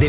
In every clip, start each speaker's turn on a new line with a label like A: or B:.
A: De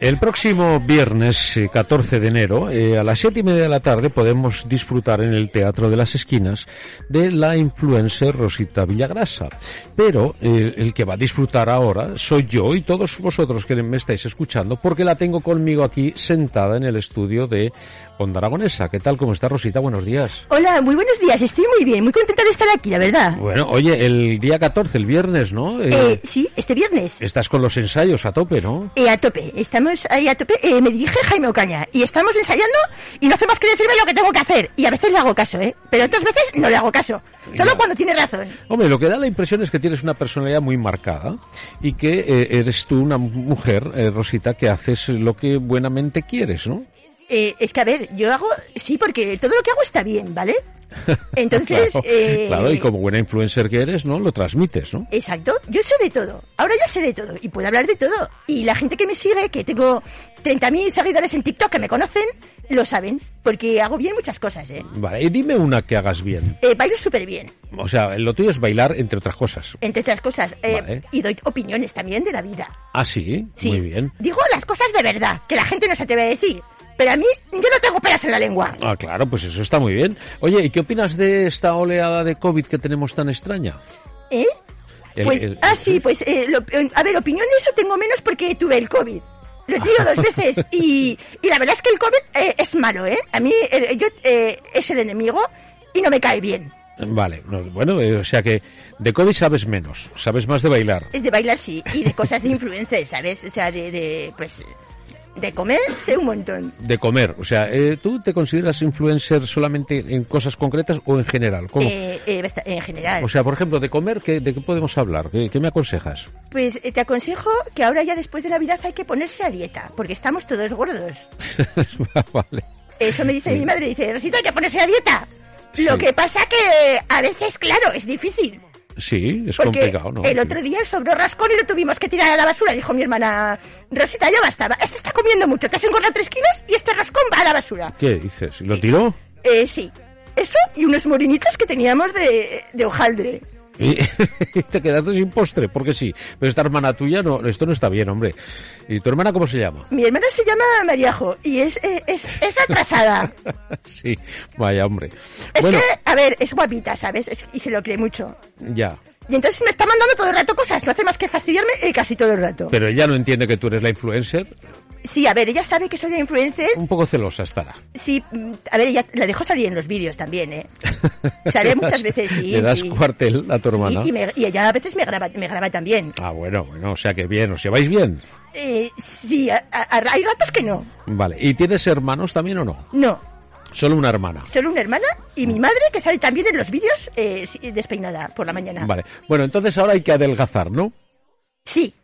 B: El próximo viernes eh, 14 de enero, eh, a las 7 y media de la tarde, podemos disfrutar en el Teatro de las Esquinas de la influencer Rosita Villagrasa. Pero eh, el que va a disfrutar ahora soy yo y todos vosotros que me estáis escuchando, porque la tengo conmigo aquí sentada en el estudio de Onda Aragonesa. ¿Qué tal? ¿Cómo está Rosita? Buenos días.
C: Hola, muy buenos días. Estoy muy bien, muy contenta de estar aquí, la verdad.
B: Bueno, oye, el día 14, el viernes, ¿no? Eh,
C: Eh, sí, este viernes.
B: Estás con los ensayos a tope, ¿no?
C: Eh, a tope, estamos ahí a tope. Eh, me dirige Jaime Ocaña y estamos ensayando y no hace más que decirme lo que tengo que hacer. Y a veces le hago caso, ¿eh? Pero otras veces no le hago caso. Solo
B: Ya.
C: cuando tiene razón.
B: Hombre, lo que da la impresión es que tienes una personalidad muy marcada y que eh, eres tú una mujer, eh, Rosita, que haces lo que buenamente quieres, ¿no?
C: Eh, es que, a ver, yo hago... Sí, porque todo lo que hago está bien, ¿vale? Entonces...
B: claro,
C: eh,
B: claro, y como buena influencer que eres, ¿no? Lo transmites, ¿no?
C: Exacto, yo sé de todo. Ahora yo sé de todo y puedo hablar de todo. Y la gente que me sigue, que tengo 30.000 seguidores en TikTok que me conocen, lo saben. Porque hago bien muchas cosas, ¿eh?
B: Vale, y dime una que hagas bien.
C: Eh, bailo súper bien,
B: O sea, lo tuyo es bailar, entre otras cosas.
C: entre otras cosas. eh,
B: Vale.
C: Y doy opiniones también de la vida.
B: Ah, sí,
C: Sí.
B: muy bien.
C: Digo las cosas de verdad, que la gente no se atreve a decir. Pero a mí, yo no tengo pelas en la lengua.
B: Ah, claro, pues eso está muy bien. Oye, ¿y qué opinas de esta oleada de COVID que tenemos tan extraña?
C: ¿Eh?
B: El-
C: pues,
B: el-
C: ah, sí, pues, eh, lo- eh, a ver, opinión de eso tengo menos porque tuve el COVID. Lo he tenido dos veces y, y la verdad es que el COVID eh, es malo, ¿eh? A mí eh, yo, eh, es el enemigo y no me cae bien.
B: Vale, no, bueno, eh, o sea que de COVID sabes menos, sabes más de bailar.
C: Es de bailar, sí, y de cosas de influencer, ¿sabes? O sea, de, de pues, de comer, sé un montón.
B: de comer. O sea, eh, ¿tú te consideras influencer solamente en cosas concretas o en general? ¿Cómo?
C: Eh, eh, basta- en general.
B: o sea, por ejemplo, de comer, ¿qué, ¿de qué podemos hablar? ¿Qué, qué me aconsejas?
C: Pues eh, te aconsejo que ahora ya después de Navidad hay que ponerse a dieta, porque estamos todos gordos.
B: vale.
C: Eso me dice
B: Sí.
C: mi madre, dice, Rosita, hay que ponerse a dieta. Lo
B: Sí.
C: que pasa que a veces, claro, es difícil.
B: Sí, es
C: Porque
B: complicado, ¿no?
C: el otro día sobró rascón y lo tuvimos que tirar a la basura. Dijo mi hermana, Rosita, ya bastaba. Este está comiendo mucho, te has engordado tres kilos y este rascón va a la basura.
B: ¿Qué dices? ¿Lo tiró?
C: Eh, sí. Eso y unos morinitos que teníamos de, de hojaldre.
B: Y te quedaste sin postre, porque sí. Pero esta hermana tuya, no, esto no está bien, hombre. ¿Y tu hermana cómo se llama?
C: Mi hermana se llama Mariajo y es, eh, es, es atrasada.
B: sí, vaya, hombre.
C: es
B: bueno,
C: que, a ver, es guapita, ¿sabes? Es- y se lo cree mucho.
B: ya.
C: Y entonces me está mandando todo el rato cosas, no hace más que fastidiarme eh, casi todo el rato.
B: Pero ella no entiende que tú eres la influencer.
C: Sí, a ver, ella sabe que soy una influencer.
B: Un poco celosa estará.
C: Sí, mm, a ver, ella la dejo salir en los vídeos también, ¿eh? Sale muchas veces, sí.
B: Le das
C: sí.
B: cuartel a tu hermana.
C: Sí, y, me- y ella a veces me graba, me graba también.
B: Ah, bueno, bueno, o sea que bien, os lleváis bien.
C: Eh, sí, a- a- a- hay ratos que no.
B: Vale, ¿y tienes hermanos también o no?
C: No,
B: Solo una hermana.
C: solo una hermana y mi madre que sale también en los vídeos eh, sí, despeinada por la mañana.
B: Vale, bueno, entonces ahora hay que adelgazar, ¿no?
C: Sí,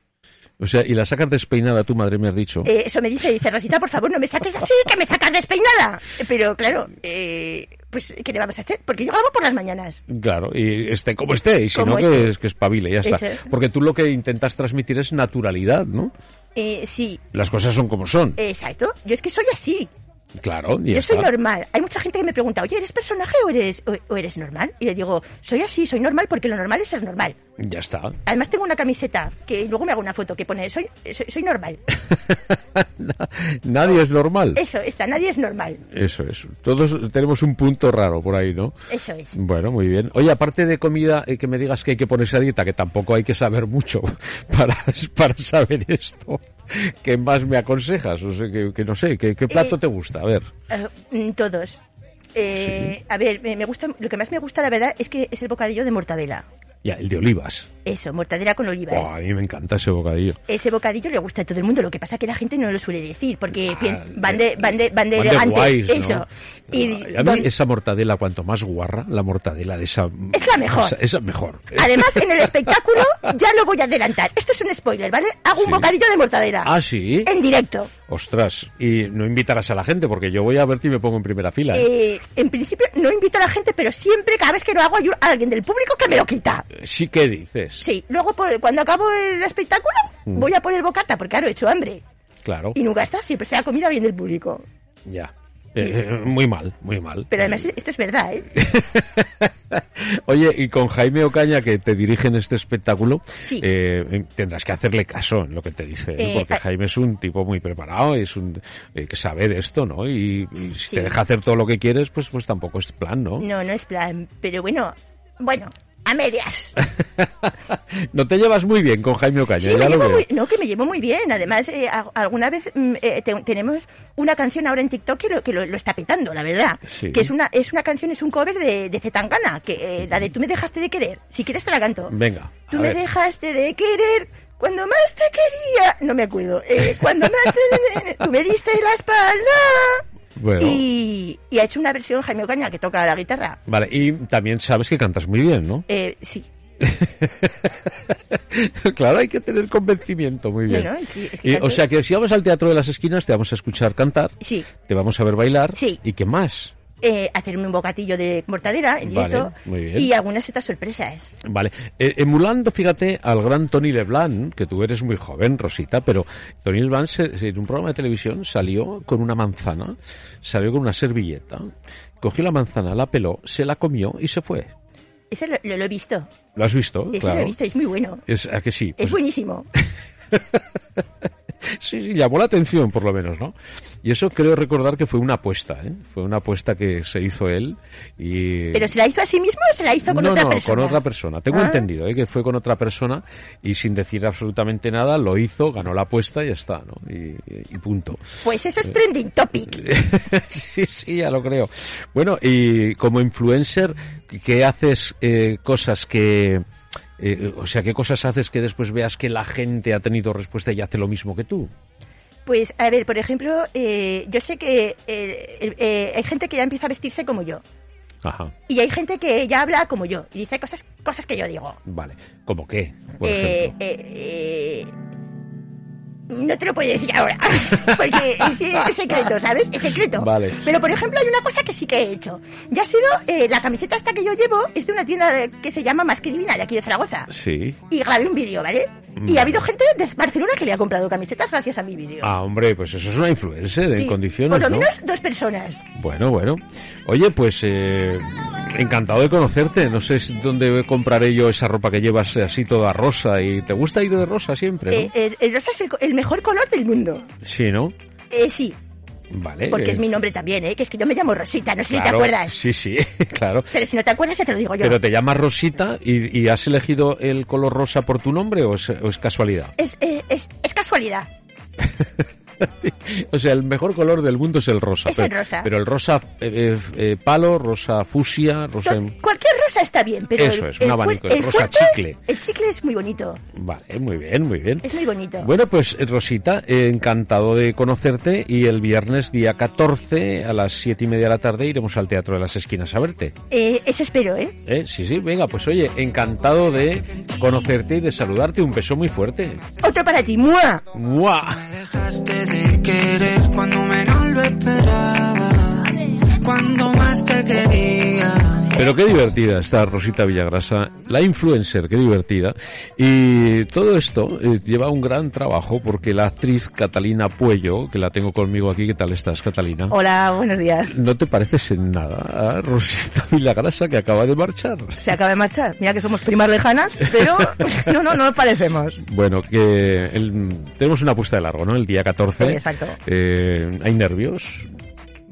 B: O sea, y la sacas despeinada, tu madre me has dicho.
C: eh, eso me dice, dice Rosita, por favor, no me saques así, que me sacas despeinada. Pero claro, eh, pues, ¿qué le vamos a hacer? Porque yo grabo por las mañanas.
B: Claro, y esté como esté, y si
C: Como
B: no, que,
C: esté.
B: es, que espabile, ya está.
C: Eso.
B: Porque tú lo que intentas transmitir es naturalidad, ¿no?
C: Eh, sí,
B: Las cosas son como son.
C: exacto. Yo es que soy así.
B: Claro, y ya
C: Eh, Yo soy
B: está.
C: normal. Hay mucha gente que me pregunta, oye, ¿eres personaje o eres, o, o eres normal? Y le digo, soy así, soy normal porque lo normal es ser normal.
B: Ya está.
C: Además tengo una camiseta que luego me hago una foto que pone, soy, soy, soy normal.
B: Na- Nadie es normal.
C: Eso, está, nadie es normal.
B: Eso es. Todos tenemos un punto raro por ahí, ¿no?
C: Eso es.
B: Bueno, muy bien. Oye, aparte de comida, eh, que me digas que hay que ponerse a dieta, que tampoco hay que saber mucho para, para saber esto. ¿Qué más me aconsejas? O sea, que, que no sé, ¿qué, qué plato
C: Eh,
B: te gusta? A ver.
C: Eh, mm, todos. Eh, A ver, me, me gusta, lo que más me gusta, la verdad, es que es el bocadillo de mortadela.
B: Ya, el de olivas.
C: Eso, mortadela con olivas.
B: Buah, a mí me encanta ese bocadillo.
C: Ese bocadillo le gusta a todo el mundo, lo que pasa que la gente no lo suele decir, porque
B: Ah,
C: piens- Eh, van de, van de, van de
B: Van de
C: elegantes,
B: guays, ¿no?
C: eso. Y
B: Ah, a mí
C: don-
B: esa mortadela, cuanto más guarra, la mortadela de esa...
C: Es la mejor.
B: Esa, esa mejor.
C: Además, en el espectáculo ya lo voy a adelantar. Esto es un spoiler, ¿vale? Hago
B: Sí.
C: un bocadillo de mortadela.
B: Ah, ¿sí?
C: En directo.
B: Ostras, y no invitarás a la gente, porque yo voy a verte y me pongo en primera fila. ¿eh?
C: Eh, en principio no invito a la gente, pero siempre, cada vez que lo hago, hay un- alguien del público que me lo quita.
B: sí que dices.
C: Sí, luego por- cuando acabo el espectáculo
B: Mm.
C: voy a poner bocata, porque claro, he hecho hambre.
B: Claro,
C: Y nunca está, siempre se la comida bien del público.
B: ya. Eh, eh, muy mal, muy mal.
C: Pero además esto es verdad, ¿eh?
B: Oye, y con Jaime Ocaña, que te dirige en este espectáculo,
C: Sí.
B: eh, tendrás que hacerle caso en lo que te dice, ¿eh?
C: Eh,
B: porque
C: a-
B: Jaime es un tipo muy preparado, es un eh, que sabe de esto, ¿no? Y, y si
C: Sí.
B: te deja hacer todo lo que quieres, pues, pues tampoco es plan, ¿no?
C: No, no es plan, pero bueno, bueno, a medias.
B: No te llevas muy bien con Jaime Ocaña,
C: Sí, me
B: ya lo
C: llevo
B: veo.
C: muy, no, que me llevo muy bien. Además, eh, a- alguna vez mm, eh, te- tenemos una canción ahora en TikTok que lo, que lo, lo está petando, la verdad.
B: Sí.
C: Que es una, es una canción, es un cover de, de Zetangana, que eh, la de Tú me dejaste de querer. Si quieres te la canto.
B: Venga,
C: Tú
B: a
C: me
B: ver.
C: dejaste de querer cuando más te quería. No me acuerdo. Eh, cuando más te... Tú me diste la espalda.
B: Bueno.
C: Y, y ha hecho una versión Jaime Ocaña que toca la guitarra.
B: Vale, y también sabes que cantas muy bien, ¿no?
C: Eh, sí.
B: claro, hay que tener convencimiento, muy bien.
C: No, no, es que- es que
B: Y,
C: canto-
B: o sea que si vamos al Teatro de las Esquinas, te vamos a escuchar cantar,
C: Sí.
B: te vamos a ver bailar,
C: Sí.
B: ¿y qué más?
C: Eh, hacerme un bocatillo de mortadera en
B: Vale,
C: directo
B: muy bien.
C: y algunas otras sorpresas.
B: Vale, Eh, emulando, fíjate, al gran Tony Leblanc, que tú eres muy joven, Rosita, pero Tony Leblanc se- se- en un programa de televisión salió con una manzana, salió con una servilleta, cogió la manzana, la peló, se la comió y se fue.
C: Eso lo, lo- lo he visto.
B: ¿Lo has visto?
C: Eso
B: claro.
C: lo he visto, es muy bueno.
B: Es, ¿A que sí?
C: Es
B: Pues-
C: buenísimo.
B: Sí, sí, llamó la atención por lo menos, ¿no? Y eso creo recordar que fue una apuesta, ¿eh? Fue una apuesta que se hizo él y...
C: ¿Pero se la hizo a sí mismo o se la hizo con
B: no,
C: otra
B: no,
C: persona?
B: con otra persona. Tengo
C: Ah.
B: entendido ¿eh? que fue con otra persona y sin decir absolutamente nada lo hizo, ganó la apuesta y ya está, ¿no? Y, y punto.
C: Pues eso es trending topic.
B: sí, sí, ya lo creo. Bueno, y como influencer, ¿qué haces eh, cosas que... eh, o sea, ¿qué cosas haces que después veas que la gente ha tenido respuesta y hace lo mismo que tú?
C: Pues, a ver, por ejemplo, eh, yo sé que eh, eh, hay gente que ya empieza a vestirse como yo.
B: Ajá,
C: Y hay gente que ya habla como yo. Y dice cosas, cosas que yo digo.
B: vale. ¿Cómo qué? Por
C: Eh,
B: ejemplo.
C: eh, eh, no te lo puedo decir ahora. Porque es, es secreto, ¿sabes? Es secreto.
B: Vale.
C: Pero, por ejemplo, hay una cosa que sí que he hecho. Ya ha sido... eh, la camiseta esta que yo llevo es de una tienda de- que se llama Más que Divina, de aquí de Zaragoza.
B: Sí.
C: Y grabé un vídeo, ¿vale? Y
B: Vale.
C: ha habido gente de Barcelona que le ha comprado camisetas gracias a mi vídeo.
B: Ah, hombre, pues eso es una influencer ¿eh?
C: Sí,
B: en condiciones,
C: Por lo
B: ¿no?
C: menos dos personas.
B: Bueno, bueno. Oye, pues eh, encantado de conocerte. No sé si- dónde compraré yo esa ropa que llevas eh, así toda rosa. ¿Y te gusta ir de rosa siempre? no?
C: Eh, el, el rosa es el, co- el mejor color del mundo.
B: sí, ¿no?
C: Eh, sí,
B: Vale.
C: porque
B: eh,
C: es mi nombre también, ¿eh? Que es que yo me llamo Rosita, no sé si te
B: claro,
C: acuerdas.
B: Sí, sí, claro.
C: Pero si no te acuerdas, ya te lo digo yo.
B: Pero te llamas Rosita y, y has elegido el color rosa por tu nombre o es, o es casualidad.
C: Es, es, es, es casualidad.
B: O sea, el mejor color del mundo es el rosa.
C: Es el
B: pero,
C: rosa.
B: pero el rosa eh, eh, eh, palo, rosa fusia, rosa.
C: To- Cualquier rosa está bien, pero.
B: Eso
C: el-
B: es, un
C: el
B: abanico,
C: fuer-
B: el rosa
C: fuerte-
B: chicle.
C: El chicle es muy bonito.
B: Vale, muy bien, muy bien.
C: Es muy bonito.
B: Bueno, pues eh, Rosita, eh, encantado de conocerte y el viernes día 14 a las 7 y media de la tarde iremos al Teatro de las Esquinas a verte.
C: Eh, eso espero, ¿eh?
B: ¿Eh? Sí, sí, venga, pues oye, encantado de conocerte y de saludarte. Un beso muy fuerte.
C: Otro para ti, ¡mua!
B: ¡Mua!
D: Me dejaste de querer cuando menos lo esperaba, cuando más te quería.
B: Pero qué divertida está Rosita Villagrasa, la influencer, qué divertida. Y todo esto eh, lleva un gran trabajo porque la actriz Catalina Puello, que la tengo conmigo aquí, ¿qué tal estás, Catalina?
C: Hola, buenos días.
B: No te pareces en nada a Rosita Villagrasa que acaba de marchar.
C: Se acaba de marchar. Mira que somos primas lejanas, pero no, no, no nos parecemos.
B: Bueno, que el- tenemos una apuesta de largo, ¿no? El día 14.
C: Sí, exacto.
B: Eh, ¿Hay nervios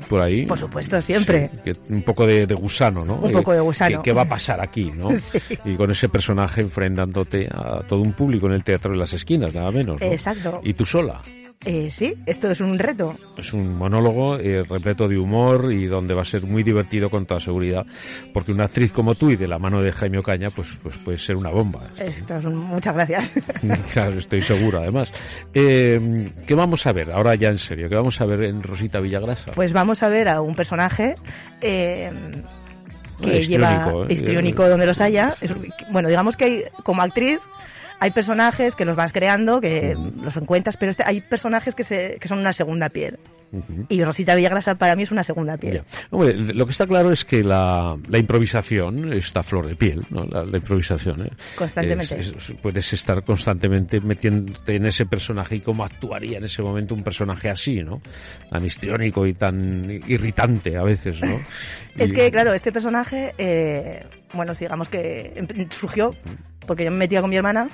B: por ahí?
E: Por supuesto, siempre.
B: Sí, que un poco de, de gusano, ¿no? Eh,
E: Un poco de gusano.
B: ¿Qué, qué va a pasar aquí, no? Y con ese personaje enfrentándote a todo un público en el Teatro de las Esquinas, nada menos. ¿no?
E: Exacto.
B: Y tú sola.
E: Eh, sí, esto es un reto.
B: Es un monólogo eh, repleto de humor y donde va a ser muy divertido con toda seguridad, porque una actriz como tú y de la mano de Jaime Ocaña, pues, pues puede ser una bomba.
E: Esto es un- muchas gracias.
B: Claro, estoy seguro, además. Eh, ¿Qué vamos a ver? Ahora ya en serio, ¿qué vamos a ver en Rosita Villagrasa?
E: Pues vamos a ver a un personaje eh, que
B: Eh, histriónico,
E: lleva
B: ¿eh?
E: histriónico donde los haya. Es- Bueno, digamos que hay- como actriz
C: hay personajes que los vas creando, que los encuentras, pero este- hay personajes que, se, que son una segunda piel. Y Rosita Villagrasa para mí es una segunda piel.
B: Ya. Hombre, lo que está claro es que la, la improvisación está a flor de piel, ¿no? La, la improvisación. ¿eh?
C: Constantemente.
B: Es- es- puedes estar constantemente metiéndote en ese personaje y cómo actuaría en ese momento un personaje así, ¿no? Tan histriónico y tan irritante a veces, ¿no?
C: Es
B: Y-
C: que, claro, este personaje, eh, bueno, digamos que em- surgió porque yo me metía con mi hermana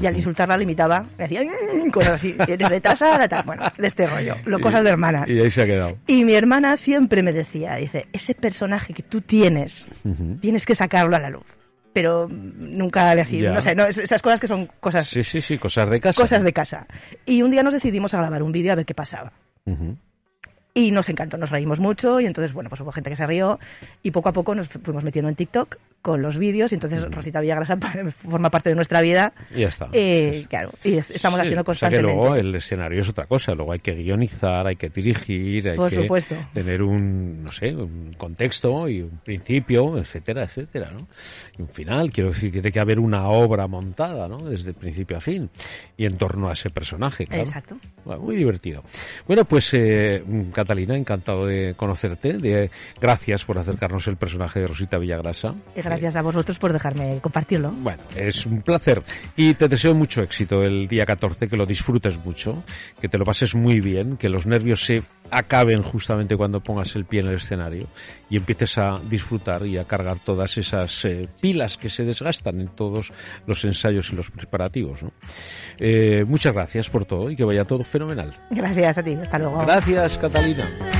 C: y al insultarla le imitaba, me hacía "Mm", cosas así, eres retrasada, tal, bueno, de este rollo, lo cosas de hermanas.
B: Y ahí se ha quedado.
C: Y mi hermana siempre me decía, dice, ese personaje que tú tienes,
B: Ujú.
C: tienes que sacarlo a la luz. Pero mm, nunca le hacía,
B: Ya.
C: no sé, no, es- esas cosas que son cosas,
B: Sí, sí, sí, cosas de casa.
C: cosas de casa. Y un día nos decidimos a grabar un vídeo a ver qué pasaba.
B: Ujú.
C: Y nos encantó, nos reímos mucho y entonces, bueno, pues hubo gente que se rió y poco a poco nos fu- fuimos metiendo en TikTok con los vídeos y entonces Rosita Villagrasa pa- forma parte de nuestra vida.
B: Y ya está.
C: Eh,
B: Ah, Sí, sí.
C: claro, y es- estamos haciendo
B: Sí, o sea que
C: constantemente.
B: luego eh, el escenario es otra cosa, luego hay que guionizar, hay que dirigir, hay
C: Por
B: que
C: supuesto.
B: tener un, no sé, un contexto y un principio, etcétera, etcétera, ¿no? Y un final, quiero decir, tiene que haber una obra montada, ¿no? Desde principio a fin y en torno a ese personaje, claro.
C: Exacto.
B: Bueno, muy divertido. Bueno, pues eh, Catalina, encantado de conocerte, de gracias por acercarnos el personaje de Rosita Villagrasa.
C: Y gracias a vosotros por dejarme compartirlo.
B: Bueno, es un placer y te deseo mucho éxito el día 14, que lo disfrutes mucho, que te lo pases muy bien, que los nervios se acaben justamente cuando pongas el pie en el escenario y empieces a disfrutar y a cargar todas esas eh, pilas que se desgastan en todos los ensayos y los preparativos. ¿no? Eh, muchas gracias por todo y que vaya todo fenomenal.
C: Gracias a ti, hasta luego.
B: Gracias, Catalina.